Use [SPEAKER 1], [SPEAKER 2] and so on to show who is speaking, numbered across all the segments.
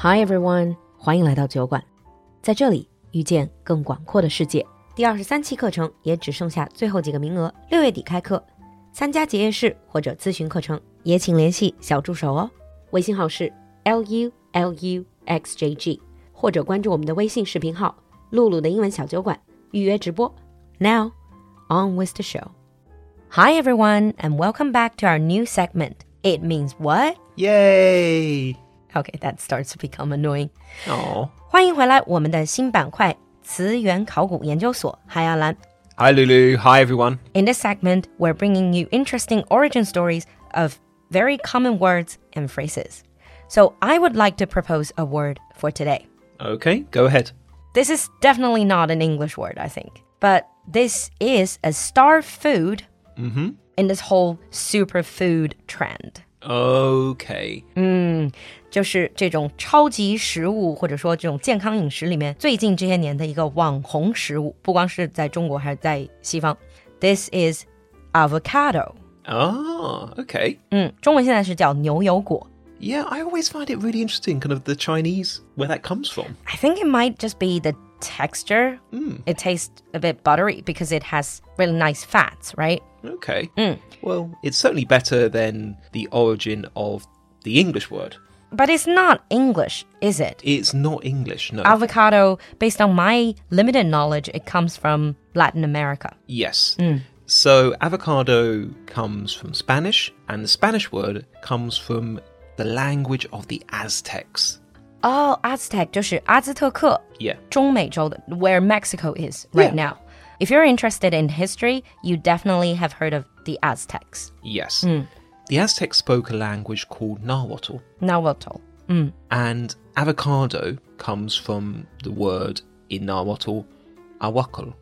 [SPEAKER 1] Hi everyone，欢迎来到酒馆，在这里遇见更广阔的世界。第二十三期课程也只剩下最后几个名额，六月底开课。参加结业式或者咨询课程，也请联系小助手哦。微信号是 l u l u x j g，或者关注我们的微信视频号“露露的英文小酒馆”预约直播。Now on with the show. Hi everyone and welcome back to our new segment. It means what?
[SPEAKER 2] Yay!
[SPEAKER 1] Okay, that starts to become annoying.
[SPEAKER 2] Oh.
[SPEAKER 1] 欢迎回来，我们的新板块词源考古研究所海亚兰。
[SPEAKER 2] Hi, Lulu. Hi, everyone.
[SPEAKER 1] In this segment, we're bringing you interesting origin stories of very common words and phrases. So I would like to propose a word for today.
[SPEAKER 2] Okay, go ahead.
[SPEAKER 1] This is definitely not an English word, I think, but this is a star food in this whole superfood trend.
[SPEAKER 2] Okay.
[SPEAKER 1] 就是这种超级食物，或者说这种健康饮食里面，最近这些年的一个网红食物，不光是在中国，还是在西方。This is avocado。
[SPEAKER 2] Ah, okay.
[SPEAKER 1] 嗯，中文现在是叫牛油果。
[SPEAKER 2] Yeah, I always find it really interesting, kind of the Chinese, where that comes from.
[SPEAKER 1] I think it might just be the texture. It tastes a bit buttery because it has really nice fats, right?
[SPEAKER 2] Okay. Well, it's certainly better than the origin of the English word.
[SPEAKER 1] But it's not English, is it?
[SPEAKER 2] It's not English, no.
[SPEAKER 1] Avocado, based on my limited knowledge, it comes from Latin America.
[SPEAKER 2] yes. So, avocado comes from Spanish, and the Spanish word comes from the language of the Aztecs.
[SPEAKER 1] Oh, Aztec 就是阿兹特克
[SPEAKER 2] Yeah.
[SPEAKER 1] 中美洲的 where Mexico is right
[SPEAKER 2] Yeah.
[SPEAKER 1] now. If you're interested in history, you definitely have heard of the Aztecs.
[SPEAKER 2] Yes. The Aztecs spoke a language called Nahuatl.
[SPEAKER 1] Nahuatl.
[SPEAKER 2] And avocado comes from the word in Nahuatl, awakal,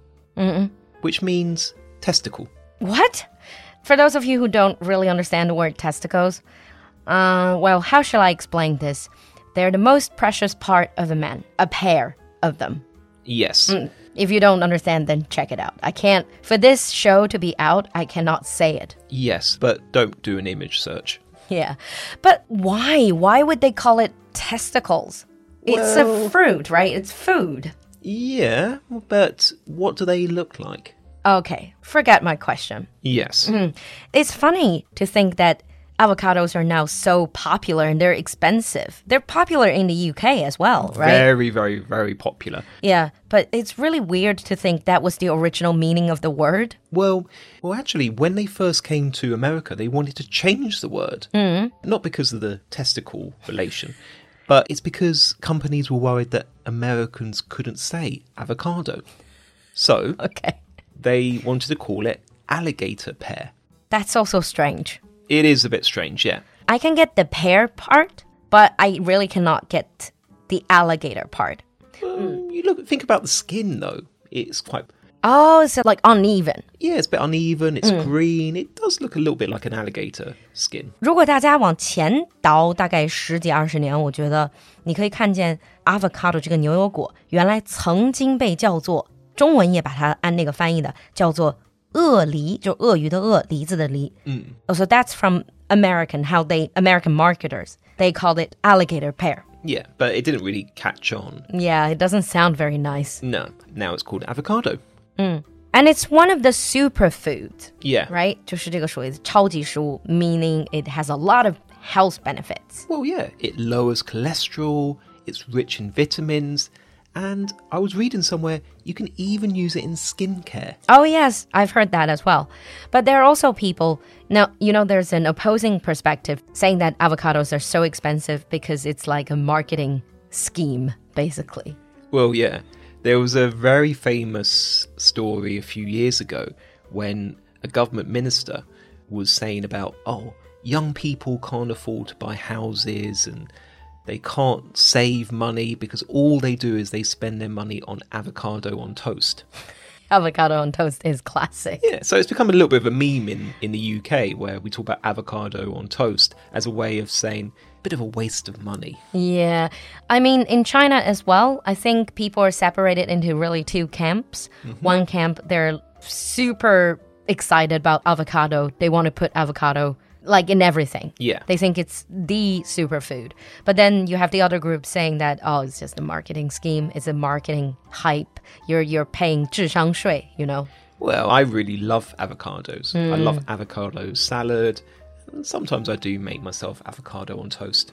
[SPEAKER 2] which means testicle.
[SPEAKER 1] What? For those of you who don't really understand the word testicles, uh, well, how shall I explain this? They're the most precious part of a man, a pair of them.
[SPEAKER 2] Yes.
[SPEAKER 1] If you don't understand, then check it out. I can't, for this show to be out, I cannot say it.
[SPEAKER 2] Yes, but don't do an image search.
[SPEAKER 1] Yeah. But why? Why would they call it testicles? It's a fruit, right? It's food.
[SPEAKER 2] Yeah, but what do they look like?
[SPEAKER 1] Okay, forget my question.
[SPEAKER 2] Yes.
[SPEAKER 1] It's funny to think that avocados are now so popular and they're expensive. They're popular in the UK as well, right?
[SPEAKER 2] Very, very, very popular.
[SPEAKER 1] Yeah, but it's really weird to think that was the original meaning of the word.
[SPEAKER 2] Well, well, actually, when they first came to America, they wanted to change the word, not because of the testicle relation, but it's because companies were worried that Americans couldn't say avocado, so
[SPEAKER 1] Okay.
[SPEAKER 2] they wanted to call it alligator pear.
[SPEAKER 1] That's also strange.
[SPEAKER 2] It is a bit strange, yeah.
[SPEAKER 1] I can get the pear part, but I really cannot get the alligator part.
[SPEAKER 2] Well, you look, think about the skin though; it's quite,
[SPEAKER 1] Oh, so like uneven.
[SPEAKER 2] yeah, it's a bit uneven. It's green. It does look a little bit like an alligator skin.
[SPEAKER 1] 如果大家往前倒大概十几二十年，我觉得你可以看见 avocado 这个牛油果，原来曾经被叫做中文也把它按那个翻译的叫做鳄梨，就鳄鱼的鳄，梨子的梨。嗯、so that's from American how they American marketers they called it alligator pear.
[SPEAKER 2] Yeah, but it didn't really catch on.
[SPEAKER 1] Yeah, it doesn't sound very nice.
[SPEAKER 2] No, now it's called avocado.
[SPEAKER 1] And it's one of the superfood,
[SPEAKER 2] Yeah.
[SPEAKER 1] right? 就是这个属于超级食物，meaning it has a lot of health benefits.
[SPEAKER 2] Well, yeah, it lowers cholesterol, it's rich in vitamins, and I was reading somewhere you can even use it in skincare.
[SPEAKER 1] Oh, yes, I've heard that as well. But there are also people, now, you know, there's an opposing perspective saying that avocados are so expensive because it's like a marketing scheme, basically.
[SPEAKER 2] Well, yeah, there was a very famous story a few years ago when a government minister was saying about, oh, young people can't afford to buy houses and they can't save money because all they do is they spend their money on avocado on toast.
[SPEAKER 1] Avocado on toast is classic.
[SPEAKER 2] Yeah, so it's become a little bit of a meme in, in the UK where we talk about avocado on toast as a way of saying a bit of a waste of money.
[SPEAKER 1] Yeah. I mean, in China as well, I think people are separated into really two camps. One camp, they're super excited about avocado, they want to put avocado like in everything.
[SPEAKER 2] Yeah.
[SPEAKER 1] They think it's the superfood. But then you have the other group saying that oh, it's just a marketing scheme, it's a marketing hype. You're you're paying 智商税, you know.
[SPEAKER 2] Well, I really love avocados. I love avocado salad. and Sometimes I do make myself avocado on toast.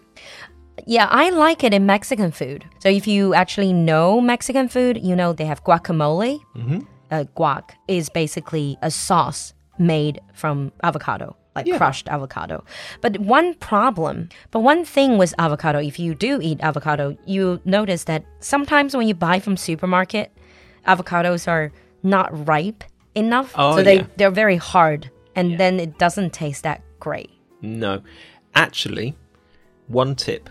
[SPEAKER 1] Yeah, I like it in Mexican food. So if you actually know Mexican food, you know they have guacamole. Mm-hmm. Uh, guac is basically a sauce made from avocado, like crushed avocado. But one problem, but one thing with avocado, if you do eat avocado, you notice that sometimes when you buy from supermarket, avocados are not ripe enough,
[SPEAKER 2] Oh,
[SPEAKER 1] so they
[SPEAKER 2] yeah.
[SPEAKER 1] they're very hard, and then it doesn't taste that great.
[SPEAKER 2] No. Actually, one tip.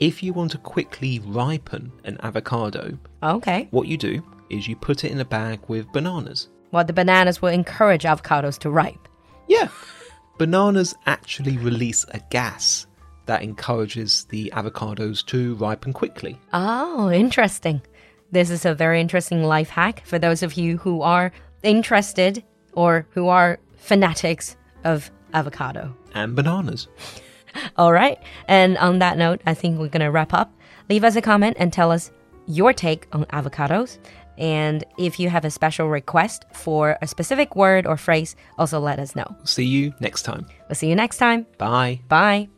[SPEAKER 2] If you want to quickly ripen an avocado,
[SPEAKER 1] Okay,
[SPEAKER 2] what you do is you put it in a bag with bananas.
[SPEAKER 1] well the bananas will encourage avocados to ripe.
[SPEAKER 2] Yeah. Bananas actually release a gas that encourages the avocados to ripen quickly.
[SPEAKER 1] Oh, interesting. This is a very interesting life hack for those of you who are interested or who are fanatics of avocado.
[SPEAKER 2] And bananas.
[SPEAKER 1] All right. And on that note, I think we're going to wrap up. Leave us a comment and tell us your take on avocados. And if you have a special request for a specific word or phrase, also let us know.
[SPEAKER 2] See you next time.
[SPEAKER 1] We'll see you next time.
[SPEAKER 2] Bye.
[SPEAKER 1] Bye.